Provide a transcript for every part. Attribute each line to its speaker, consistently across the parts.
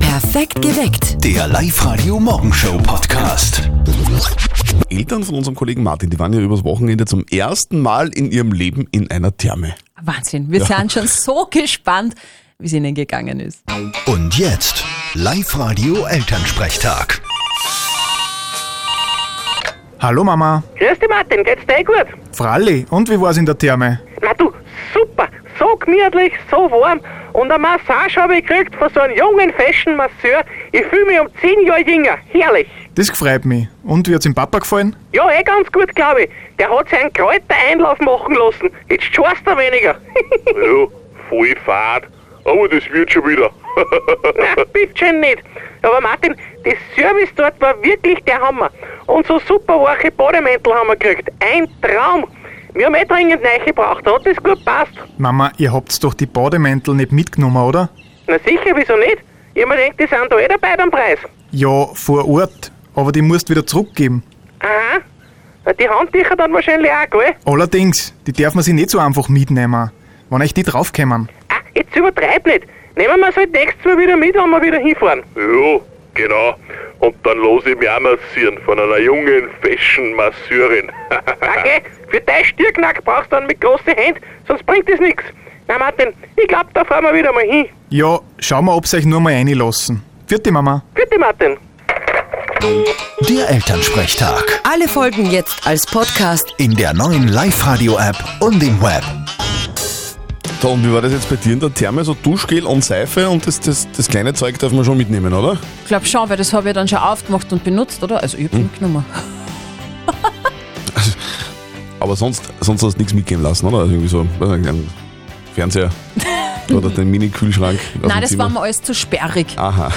Speaker 1: Perfekt geweckt.
Speaker 2: Der Live-Radio Morgenshow Podcast.
Speaker 3: Eltern von unserem Kollegen Martin, die waren ja übers Wochenende zum ersten Mal in ihrem Leben in einer Therme.
Speaker 4: Wahnsinn. Wir sind schon so gespannt, wie es Ihnen gegangen ist.
Speaker 2: Und jetzt Live-Radio Elternsprechtag.
Speaker 5: Hallo Mama.
Speaker 6: Grüß dich Martin, geht's dir eh gut?
Speaker 5: Fralli, und wie war's in der Therme?
Speaker 6: Na du, super, so gemütlich, so warm und eine Massage habe ich gekriegt von so einem jungen Fashion-Masseur. Ich fühle mich um 10 Jahre jünger, herrlich.
Speaker 5: Das freut mich. Und wie hat's dem Papa gefallen?
Speaker 6: Ja, eh ganz gut, glaube ich. Der hat seinen Kräutereinlauf machen lassen. Jetzt schaust er weniger.
Speaker 7: Ja, voll fad. Aber das wird schon wieder.
Speaker 6: Na, bitteschön nicht. Aber Martin, das Service dort war wirklich der Hammer. Und so super weiche Bademäntel haben wir gekriegt. Ein Traum. Wir haben eh dringend neue gebraucht, da hat das gut passt.
Speaker 5: Mama, ihr habt's doch die Bademäntel nicht mitgenommen, oder?
Speaker 6: Na sicher, wieso nicht? Ich hab mir gedacht, die sind da eh dabei beim Preis.
Speaker 5: Ja, vor Ort. Aber die musst wieder zurückgeben.
Speaker 6: Aha. Na, Die Handtücher dann wahrscheinlich auch, gell?
Speaker 5: Allerdings, die darf man sich nicht so einfach mitnehmen. Wenn euch die draufkämen.
Speaker 6: Ah, jetzt übertreib nicht. Nehmen wir es halt nächstes Mal wieder mit, wenn wir wieder hinfahren.
Speaker 7: Ja, genau. Und dann lasse ich mich auch massieren von einer jungen Fashion-Masseurin.
Speaker 6: Okay, für deinen Stierknack brauchst du dann mit großen Händen, sonst bringt das nichts. Na Martin, ich glaub, da fahren wir wieder mal hin.
Speaker 5: Ja, schauen wir, ob's euch nur mal reinlassen. Vierte Mama.
Speaker 6: Bitte Martin.
Speaker 2: Der Elternsprechtag.
Speaker 1: Alle Folgen jetzt als Podcast.
Speaker 2: In der neuen Live-Radio-App und im Web.
Speaker 3: So, und wie war das jetzt bei dir in der Therme? So Duschgel und Seife und das, das, das kleine Zeug darf man schon mitnehmen, oder?
Speaker 4: Ich glaube schon, weil das habe ich dann schon aufgemacht und benutzt, oder? Also ich habe mitgenommen.
Speaker 3: Aber sonst, sonst hast du nichts mitgehen lassen, oder? Also irgendwie so, weiß nicht, einen Fernseher oder den Mini-Kühlschrank. aus dem
Speaker 4: Nein, das
Speaker 3: Zimmer.
Speaker 4: war mir alles zu sperrig.
Speaker 3: Aha.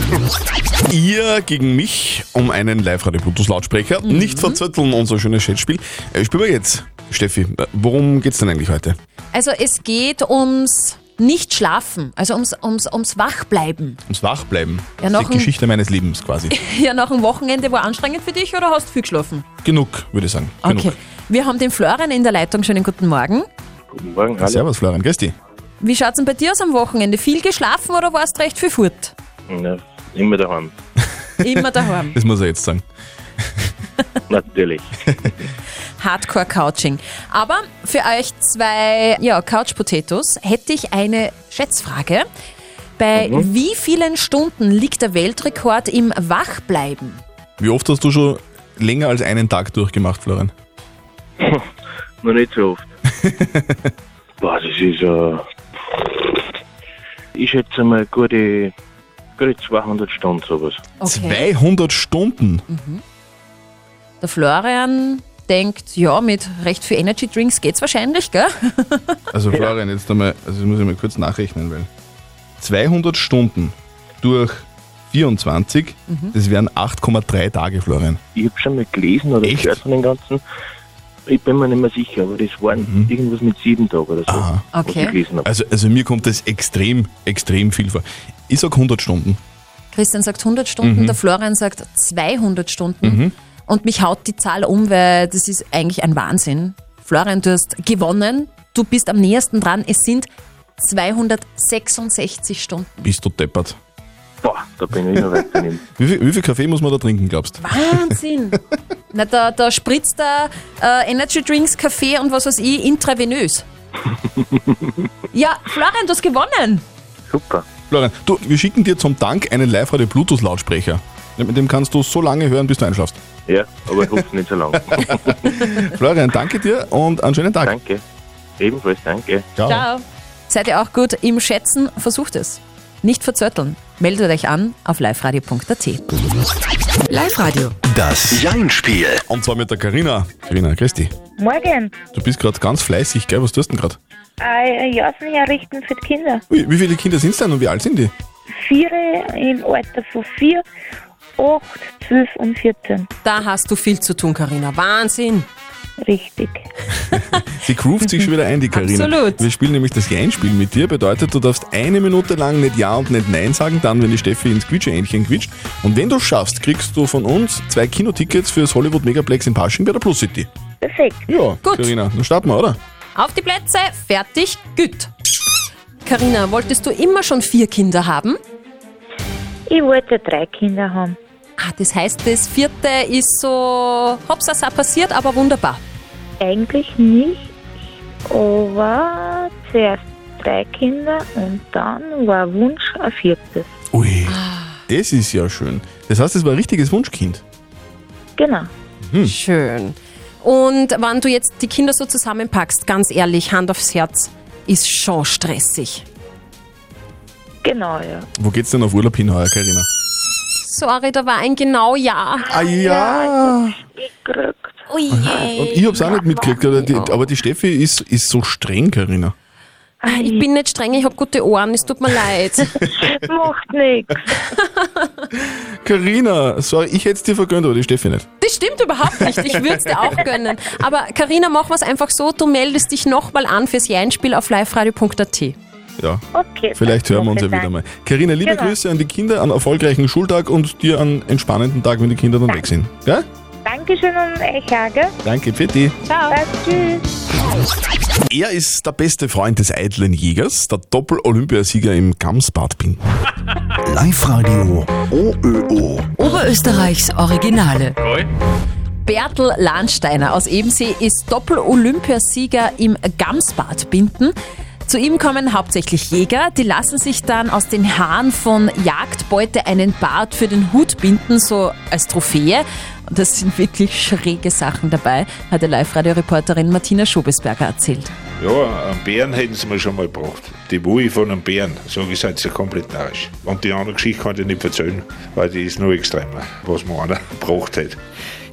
Speaker 3: Ihr gegen mich um einen Live-Radio-Bluetooth-Lautsprecher.
Speaker 4: Mhm.
Speaker 3: Nicht verzötteln, unser schönes Chatspiel. Äh, spielen wir jetzt. Steffi, äh, worum geht's denn eigentlich heute?
Speaker 4: Also es geht ums nicht schlafen, also ums, ums, ums Wachbleiben.
Speaker 3: Ums Wachbleiben.
Speaker 4: Ja, noch ein-
Speaker 3: meines Lebens quasi.
Speaker 4: Ja, nach dem Wochenende war anstrengend für dich oder hast du viel geschlafen?
Speaker 3: Genug, würde ich sagen. Genug.
Speaker 4: Okay. Wir haben den Florian in der Leitung. Schönen guten Morgen.
Speaker 7: Guten Morgen,
Speaker 3: Servus, Florian. Gästi.
Speaker 4: Wie schaut's denn bei dir aus am Wochenende? Viel geschlafen oder warst recht viel fort?
Speaker 8: Ja, immer daheim,
Speaker 4: Immer daheim.
Speaker 3: Das muss er jetzt sagen.
Speaker 8: natürlich.
Speaker 4: Hardcore-Couching. Aber für euch zwei ja, Couch-Potatoes hätte ich eine Schätzfrage. Bei wie vielen Stunden liegt der Weltrekord im Wachbleiben?
Speaker 3: Wie oft hast du schon länger als einen Tag durchgemacht, Florian?
Speaker 8: Noch nicht so oft. Boah, das ist ja. ich schätze mal gute, gute 200 Stunden sowas.
Speaker 3: 200 Stunden?
Speaker 4: Mhm. Der Florian denkt, ja, mit recht viel Energy Drinks geht's wahrscheinlich, gell?
Speaker 3: Also Florian, jetzt einmal, also das muss ich mal kurz nachrechnen, weil 200 Stunden durch 24,
Speaker 4: Mhm.
Speaker 3: das wären 8,3 Tage, Florian.
Speaker 8: Ich habe schon mal gelesen oder
Speaker 3: Echt?
Speaker 8: gehört von den ganzen. Ich bin mir nicht mehr sicher, aber das waren irgendwas mit sieben Tagen oder so, was
Speaker 4: Okay.
Speaker 8: ich gelesen habe.
Speaker 3: Mhm. Also, also mir kommt das extrem, extrem viel vor. Ich sag 100 Stunden.
Speaker 4: Christian sagt 100 Stunden, der Florian sagt 200 Stunden. Und mich haut die Zahl um, weil das ist eigentlich ein Wahnsinn. Florian, du hast gewonnen. Du bist am nächsten dran. Es sind 266 Stunden.
Speaker 3: Bist du deppert.
Speaker 8: Boah, da bin ich immer weit daneben.
Speaker 3: Wie viel, wie viel Kaffee muss man da trinken, glaubst du?
Speaker 4: Ah, Wahnsinn! Na, da, da spritzt er äh, Energy Drinks, Kaffee und was weiß ich intravenös. ja, Florian, du hast gewonnen!
Speaker 8: Super.
Speaker 3: Florian, du, wir schicken dir zum Dank einen Live-Radio-Bluetooth-Lautsprecher. Mit dem kannst du so lange hören, bis du einschlafst.
Speaker 8: Ja, aber ich hoffe nicht so lange.
Speaker 3: Florian, danke dir und einen schönen Tag.
Speaker 8: danke. Ebenfalls danke.
Speaker 4: Ciao! Seid ihr auch gut im Schätzen? Versucht es. Nicht verzötteln. Meldet euch an auf liveradio.at.
Speaker 1: Live-Radio.
Speaker 2: Das Jein-Spiel.
Speaker 3: Und zwar mit der Karina. Karina, Christi.
Speaker 9: Morgen.
Speaker 3: Du bist gerade ganz fleißig, gell? Was tust du denn gerade?
Speaker 9: Äh, Jasen errichten für die Kinder.
Speaker 3: Ui, Wie viele Kinder sind denn und wie alt sind die?
Speaker 9: Vier im Alter von vier, acht, zwölf und 14.
Speaker 4: Da hast du viel zu tun, Karina. Wahnsinn.
Speaker 9: Richtig.
Speaker 3: Sie groovt sich schon wieder ein, die Karina.
Speaker 4: Absolut.
Speaker 3: Wir spielen nämlich das Jein-Spiel mit dir. Bedeutet, du darfst eine Minute lang nicht Ja und nicht Nein sagen, dann, wenn die Steffi ins Quietscheähnchen quietscht. Und wenn du schaffst, kriegst du von uns zwei Kinotickets fürs Hollywood Megaplex in Pasching bei der Plus City.
Speaker 9: Perfekt.
Speaker 3: Ja,
Speaker 4: Gut.
Speaker 3: Karina, dann starten wir, oder?
Speaker 4: Auf die Plätze, fertig, gut. Karina, wolltest du immer schon vier Kinder haben?
Speaker 9: Ich wollte drei Kinder haben.
Speaker 4: Ah, das heißt, das vierte ist so hopsasa passiert, aber wunderbar.
Speaker 9: Eigentlich nicht, aber zuerst drei Kinder und dann war Wunsch ein viertes.
Speaker 3: Ui, das ist ja schön. Das heißt, es war ein richtiges Wunschkind.
Speaker 9: Genau.
Speaker 4: Schön. Und wenn du jetzt die Kinder so zusammenpackst, ganz ehrlich, Hand aufs Herz, ist schon stressig.
Speaker 9: Genau, ja.
Speaker 3: Wo geht's denn auf Urlaub hin heuer, Carina?
Speaker 4: Sorry, da war ein genau Ja.
Speaker 3: Ah ja.
Speaker 9: Gekriegt.
Speaker 4: Oh
Speaker 3: Und
Speaker 4: je.
Speaker 3: ich hab's auch nicht mitgekriegt, aber die, aber die Steffi ist, ist so streng, Carina.
Speaker 4: Ich bin nicht streng, ich habe gute Ohren, es tut mir leid.
Speaker 9: Macht nichts.
Speaker 3: Carina, sorry, ich hätt's dir vergönnt, aber die Steffi nicht.
Speaker 4: Das stimmt überhaupt nicht, ich würde es dir auch gönnen. Aber Karina, mach was einfach so, du meldest dich nochmal an fürs Jeinspiel auf liveradio.at.
Speaker 3: Ja,
Speaker 9: Okay.
Speaker 3: vielleicht hören wir uns ja
Speaker 9: danke,
Speaker 3: wieder mal. Carina, liebe
Speaker 9: Genau.
Speaker 3: Grüße an die Kinder, an einen erfolgreichen Schultag und dir einen entspannenden Tag, wenn die Kinder dann weg sind. Ja?
Speaker 9: Dankeschön und euch auch, gell?
Speaker 3: Danke, Pitti.
Speaker 9: Bye, tschüss.
Speaker 3: Er ist der beste Freund des eitlen Jägers, der Doppel-Olympiasieger im Gamsbadping.
Speaker 2: Live-Radio OÖO.
Speaker 1: Oberösterreichs Originale.
Speaker 4: Bertel Lahnsteiner aus Ebensee ist Doppel-Olympiasieger im Gamsbadbinden. Zu ihm kommen hauptsächlich Jäger, die lassen sich dann aus den Haaren von Jagdbeute einen Bart für den Hut binden, so als Trophäe. Und das sind wirklich schräge Sachen dabei, hat der Live-Radio-Reporterin Martina Schobesberger erzählt.
Speaker 10: Ja, einen Bären hätten sie mir schon mal gebracht. Die Wui von einem Bären, sage ich, seid ihr komplett narrisch. Und die andere Geschichte kann ich nicht erzählen, weil die ist nur extremer, was mir einer gebracht hat.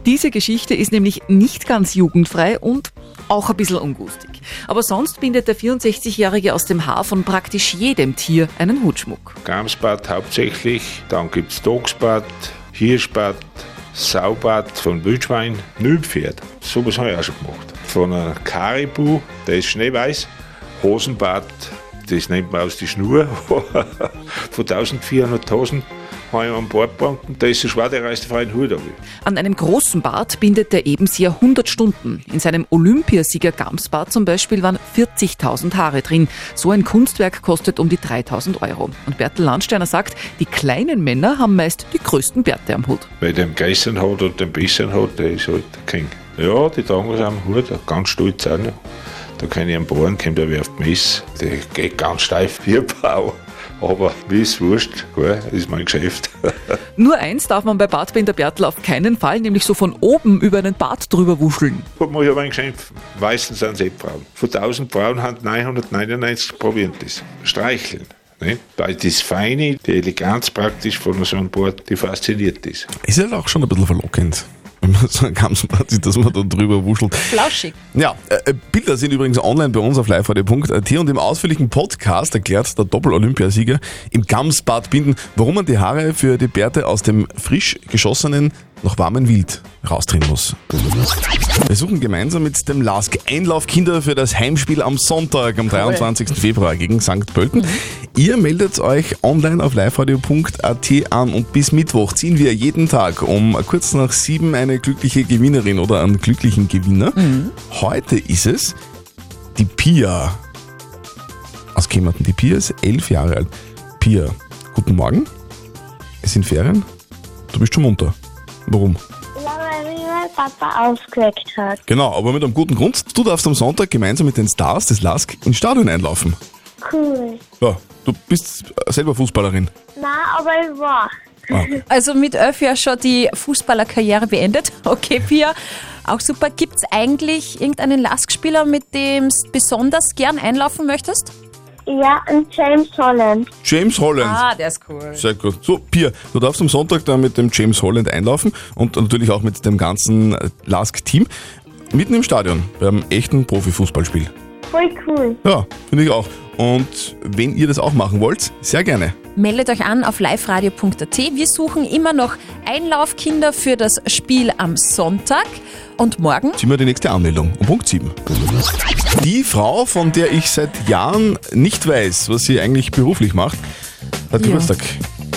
Speaker 11: Diese Geschichte ist nämlich nicht ganz jugendfrei und auch ein bisschen ungünstig. Aber sonst bindet der 64-Jährige aus dem Haar von praktisch jedem Tier einen Hutschmuck.
Speaker 10: Gamsbad hauptsächlich, dann gibt es Dogsbad, Hirschbad, Saubad von Wildschwein, Nilpferd. Sowas habe ich auch schon gemacht. Von einem Karibu, der ist schneeweiß, Hosenbad, das nimmt man aus die Schnur. von 1400 Hosen habe ich einen Bordbank und da ist so schwer, der reißt den freien Hut ab.
Speaker 11: An einem großen Bart bindet er ebensier 100 Stunden. In seinem Olympiasieger Gamsbart zum Beispiel waren 40.000 Haare drin. So ein Kunstwerk kostet um die 3.000 Euro. Und Bertel Landsteiner sagt, die kleinen Männer haben meist die größten Bärte am Hut.
Speaker 10: Weil der am Geistern hat und den Besseren hat, der ist halt der King. Ja, die tragen was am Hut, ganz stolz auch noch. Da kann ich am Bohren, kommt der werft Mess, der geht ganz steif wie ein Bau. Aber wie es wurscht, gell, ist mein Geschäft.
Speaker 11: Nur eins darf man bei Bartbinder Bertel auf keinen Fall, nämlich so von oben über einen Bart drüber wuscheln.
Speaker 10: Hat man ja ein geschimpft. Meistens sind es eh Frauen. Von 1000 Frauen haben 999 probiert das. Streicheln. Ne? Weil das Feine, die Eleganz praktisch von so einem Board, die fasziniert das.
Speaker 3: Ist ja auch schon ein bisschen verlockend, wenn man so ein Gamsbad sieht, dass man da drüber wuschelt.
Speaker 4: Flauschig.
Speaker 3: Ja, äh, Bilder sind übrigens online bei uns auf liveradio.at und im ausführlichen Podcast erklärt der Doppel-Olympiasieger im Gamsbad Binden, warum man die Haare für die Bärte aus dem frisch geschossenen, noch warmen Wild raustrennen muss. Wir suchen gemeinsam mit dem LASK Einlaufkinder für das Heimspiel am Sonntag, am 23. Februar gegen St. Pölten. Ihr meldet euch online auf liveradio.at an und bis Mittwoch ziehen wir jeden Tag um kurz nach sieben eine glückliche Gewinnerin oder einen glücklichen Gewinner. Heute ist es die Pia aus Kematen. Die Pia ist elf Jahre alt. Pia, guten Morgen. Es sind Ferien. Du bist schon munter. Warum?
Speaker 9: Ja, weil mich mein Papa aufgeweckt hat.
Speaker 3: Genau, aber mit einem guten Grund. Du darfst am Sonntag gemeinsam mit den Stars des LASK ins Stadion einlaufen.
Speaker 9: Cool.
Speaker 3: Ja, du bist äh, selber Fußballerin.
Speaker 9: Na, aber ich war.
Speaker 3: Ah, okay.
Speaker 4: Also mit elf Jahren schon die Fußballerkarriere beendet. Okay, Pia, auch super. Gibt es eigentlich irgendeinen Lask-Spieler, mit dem du besonders gern einlaufen möchtest?
Speaker 9: Ja, und James Holland.
Speaker 3: James Holland.
Speaker 4: Ah, der ist cool.
Speaker 3: Sehr gut. So, Pia, du darfst am Sonntag dann mit dem James Holland einlaufen und natürlich auch mit dem ganzen äh, LASK-Team. Mitten im Stadion, beim echten Profifußballspiel.
Speaker 9: Voll cool.
Speaker 3: Ja, finde ich auch. Und wenn ihr das auch machen wollt, sehr gerne.
Speaker 4: Meldet euch an auf liveradio.at. Wir suchen immer noch Einlaufkinder für das Spiel am Sonntag. Und morgen
Speaker 3: Ziehen wir die nächste Anmeldung um Punkt 7. Die Frau, von der ich seit Jahren nicht weiß, was sie eigentlich beruflich macht, hat Geburtstag.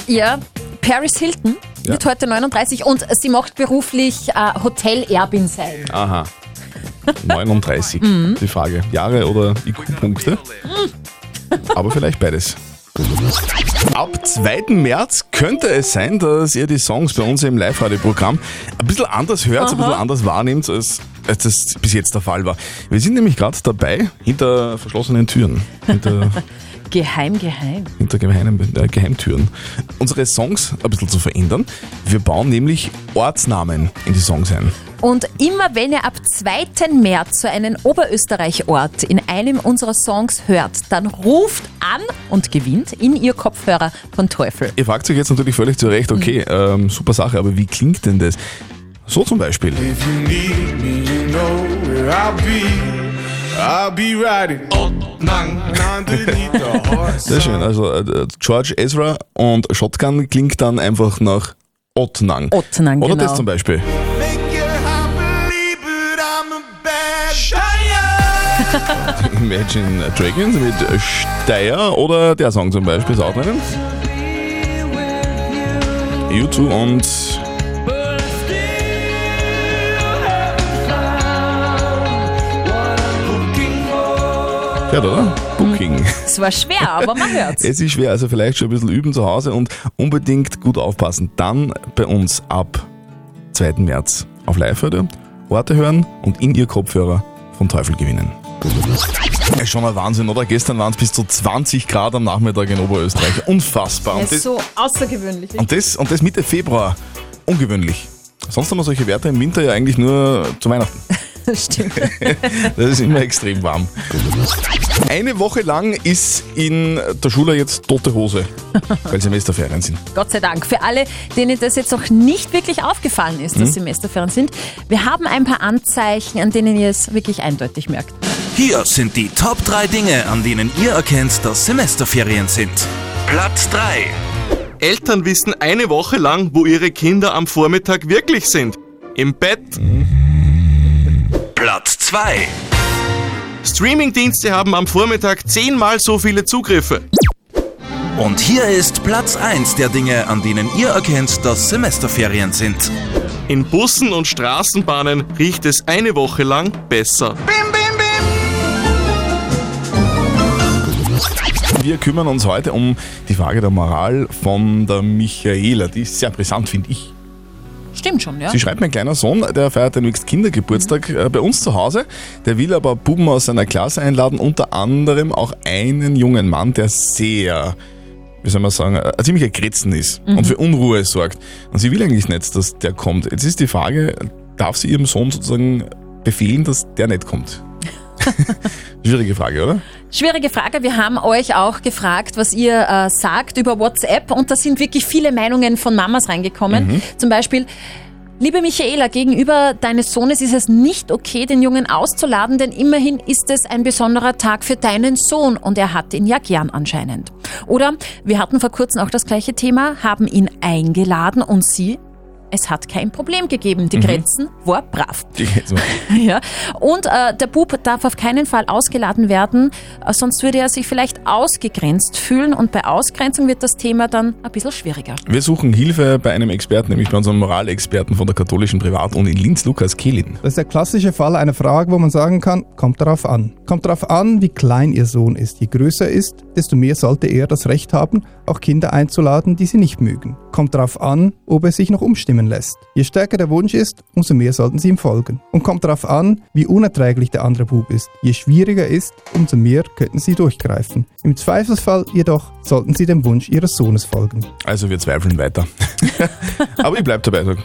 Speaker 4: Ja, Paris Hilton
Speaker 3: Ja.
Speaker 4: wird heute 39 und sie macht beruflich äh, Hotel-Erbin sein.
Speaker 3: Aha. 39. Die Frage. Jahre oder IQ-Punkte? Aber vielleicht beides. Ab 2. März könnte es sein, dass ihr die Songs bei uns im Live-Radio-Programm ein bisschen anders hört, ein bisschen anders wahrnehmt, als, als das bis jetzt der Fall war. Wir sind nämlich gerade dabei, hinter verschlossenen Türen, hinter,
Speaker 4: Geheim, geheim.
Speaker 3: hinter geheimen, äh, Geheimtüren, unsere Songs ein bisschen zu verändern. Wir bauen nämlich Ortsnamen in die Songs ein.
Speaker 4: Und immer wenn ihr ab 2. März so einen Oberösterreich-Ort in einem unserer Songs hört, dann ruft an und gewinnt in ihr Kopfhörer von Teufel.
Speaker 3: Ihr fragt euch jetzt natürlich völlig zu Recht, okay, ähm, super Sache, aber wie klingt denn das? So zum Beispiel.
Speaker 12: Need me, you know where I'll be. I'll be riding up nang underneath the horse.
Speaker 3: Sehr schön. Also äh, George Ezra und Shotgun klingt dann einfach nach Ottnang.
Speaker 4: Ottnang,
Speaker 3: Oder
Speaker 4: genau.
Speaker 3: das zum Beispiel. Imagine Dragons mit Steyr oder der Song zum Beispiel, ist auch nennen. U2 und Fährt, oder? Booking.
Speaker 4: Es war schwer, aber man hört's.
Speaker 3: Es ist schwer, also vielleicht schon ein bisschen üben zu Hause und unbedingt gut aufpassen. Dann bei uns ab 2. März auf Live-Radio, Orte hören und in ihr Kopfhörer vom Teufel gewinnen. Ja, Schon ein Wahnsinn, oder? Gestern waren es bis zu 20 Grad am Nachmittag in Oberösterreich. Unfassbar. Und das,
Speaker 13: außergewöhnlich.
Speaker 3: und das, und das Mitte Februar. Ungewöhnlich. Sonst haben wir solche Werte im Winter ja eigentlich nur zu Weihnachten.
Speaker 4: Stimmt.
Speaker 3: Das ist immer extrem warm. Eine Woche lang ist in der Schule jetzt tote Hose, weil Semesterferien sind.
Speaker 4: Gott sei Dank. Für alle, denen das jetzt noch nicht wirklich aufgefallen ist, dass
Speaker 3: Mhm.
Speaker 4: Semesterferien sind, wir haben ein paar Anzeichen, an denen ihr es wirklich eindeutig merkt.
Speaker 14: Hier sind die Top 3 Dinge, an denen ihr erkennt, dass Semesterferien sind. Platz 3.
Speaker 15: Eltern wissen eine Woche lang, wo ihre Kinder am Vormittag wirklich sind. Im Bett. Platz 2. Streamingdienste haben am Vormittag zehnmal so viele Zugriffe.
Speaker 14: Und hier ist Platz 1 der Dinge, an denen ihr erkennt, dass Semesterferien sind.
Speaker 15: In Bussen und Straßenbahnen riecht es eine Woche lang besser.
Speaker 3: Wir kümmern uns heute um die Frage der Moral von der Michaela. Die ist sehr brisant, finde ich.
Speaker 4: Stimmt schon, ja?
Speaker 3: Sie schreibt, mein kleiner Sohn, der feiert den nächsten Kindergeburtstag äh, bei uns zu Hause. Der will aber Buben aus seiner Klasse einladen, unter anderem auch einen jungen Mann, der sehr, wie soll man sagen, äh, ein ziemlicher Kritzen ist
Speaker 16: Mhm.
Speaker 3: und für Unruhe sorgt. Und sie will eigentlich nicht, dass der kommt. Jetzt ist die Frage, darf sie ihrem Sohn sozusagen befehlen, dass der nicht kommt? Schwierige Frage, oder?
Speaker 4: Schwierige Frage. Wir haben euch auch gefragt, was ihr äh, sagt über WhatsApp und da sind wirklich viele Meinungen von Mamas reingekommen.
Speaker 17: Mhm.
Speaker 4: Zum Beispiel, liebe Michaela, gegenüber deines Sohnes ist es nicht okay, den Jungen auszuladen, denn immerhin ist es ein besonderer Tag für deinen Sohn und er hat ihn ja gern anscheinend. Oder wir hatten vor kurzem auch das gleiche Thema, haben ihn eingeladen und sie, es hat kein Problem gegeben. Die
Speaker 3: Mhm.
Speaker 4: Grenzen war brav.
Speaker 3: Die geht's mal.
Speaker 4: Ja. Und äh, der Bub darf auf keinen Fall ausgeladen werden, äh, sonst würde er sich vielleicht ausgegrenzt fühlen und bei Ausgrenzung wird das Thema dann ein bisschen schwieriger.
Speaker 3: Wir suchen Hilfe bei einem Experten, nämlich bei unserem Moralexperten von der katholischen Privatuni Linz, Lukas Kehlin.
Speaker 18: Das ist der klassische Fall einer Frage, wo man sagen kann, kommt darauf an. Kommt darauf an, wie klein Ihr Sohn ist. Je größer er ist, desto mehr sollte er das Recht haben, auch Kinder einzuladen, die Sie nicht mögen. Kommt darauf an, ob er sich noch umstimmen lässt. Je stärker der Wunsch ist, umso mehr sollten Sie ihm folgen. Und kommt darauf an, wie unerträglich der andere Bub ist. Je schwieriger er ist, umso mehr könnten Sie durchgreifen. Im Zweifelsfall jedoch sollten Sie dem Wunsch Ihres Sohnes folgen.
Speaker 3: Also wir zweifeln weiter. Aber ich bleib dabei. sag,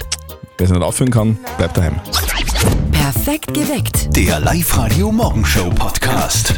Speaker 3: Wer es nicht aufführen kann, bleibt daheim.
Speaker 1: Perfekt geweckt.
Speaker 2: Der Live-Radio Morgenshow Podcast.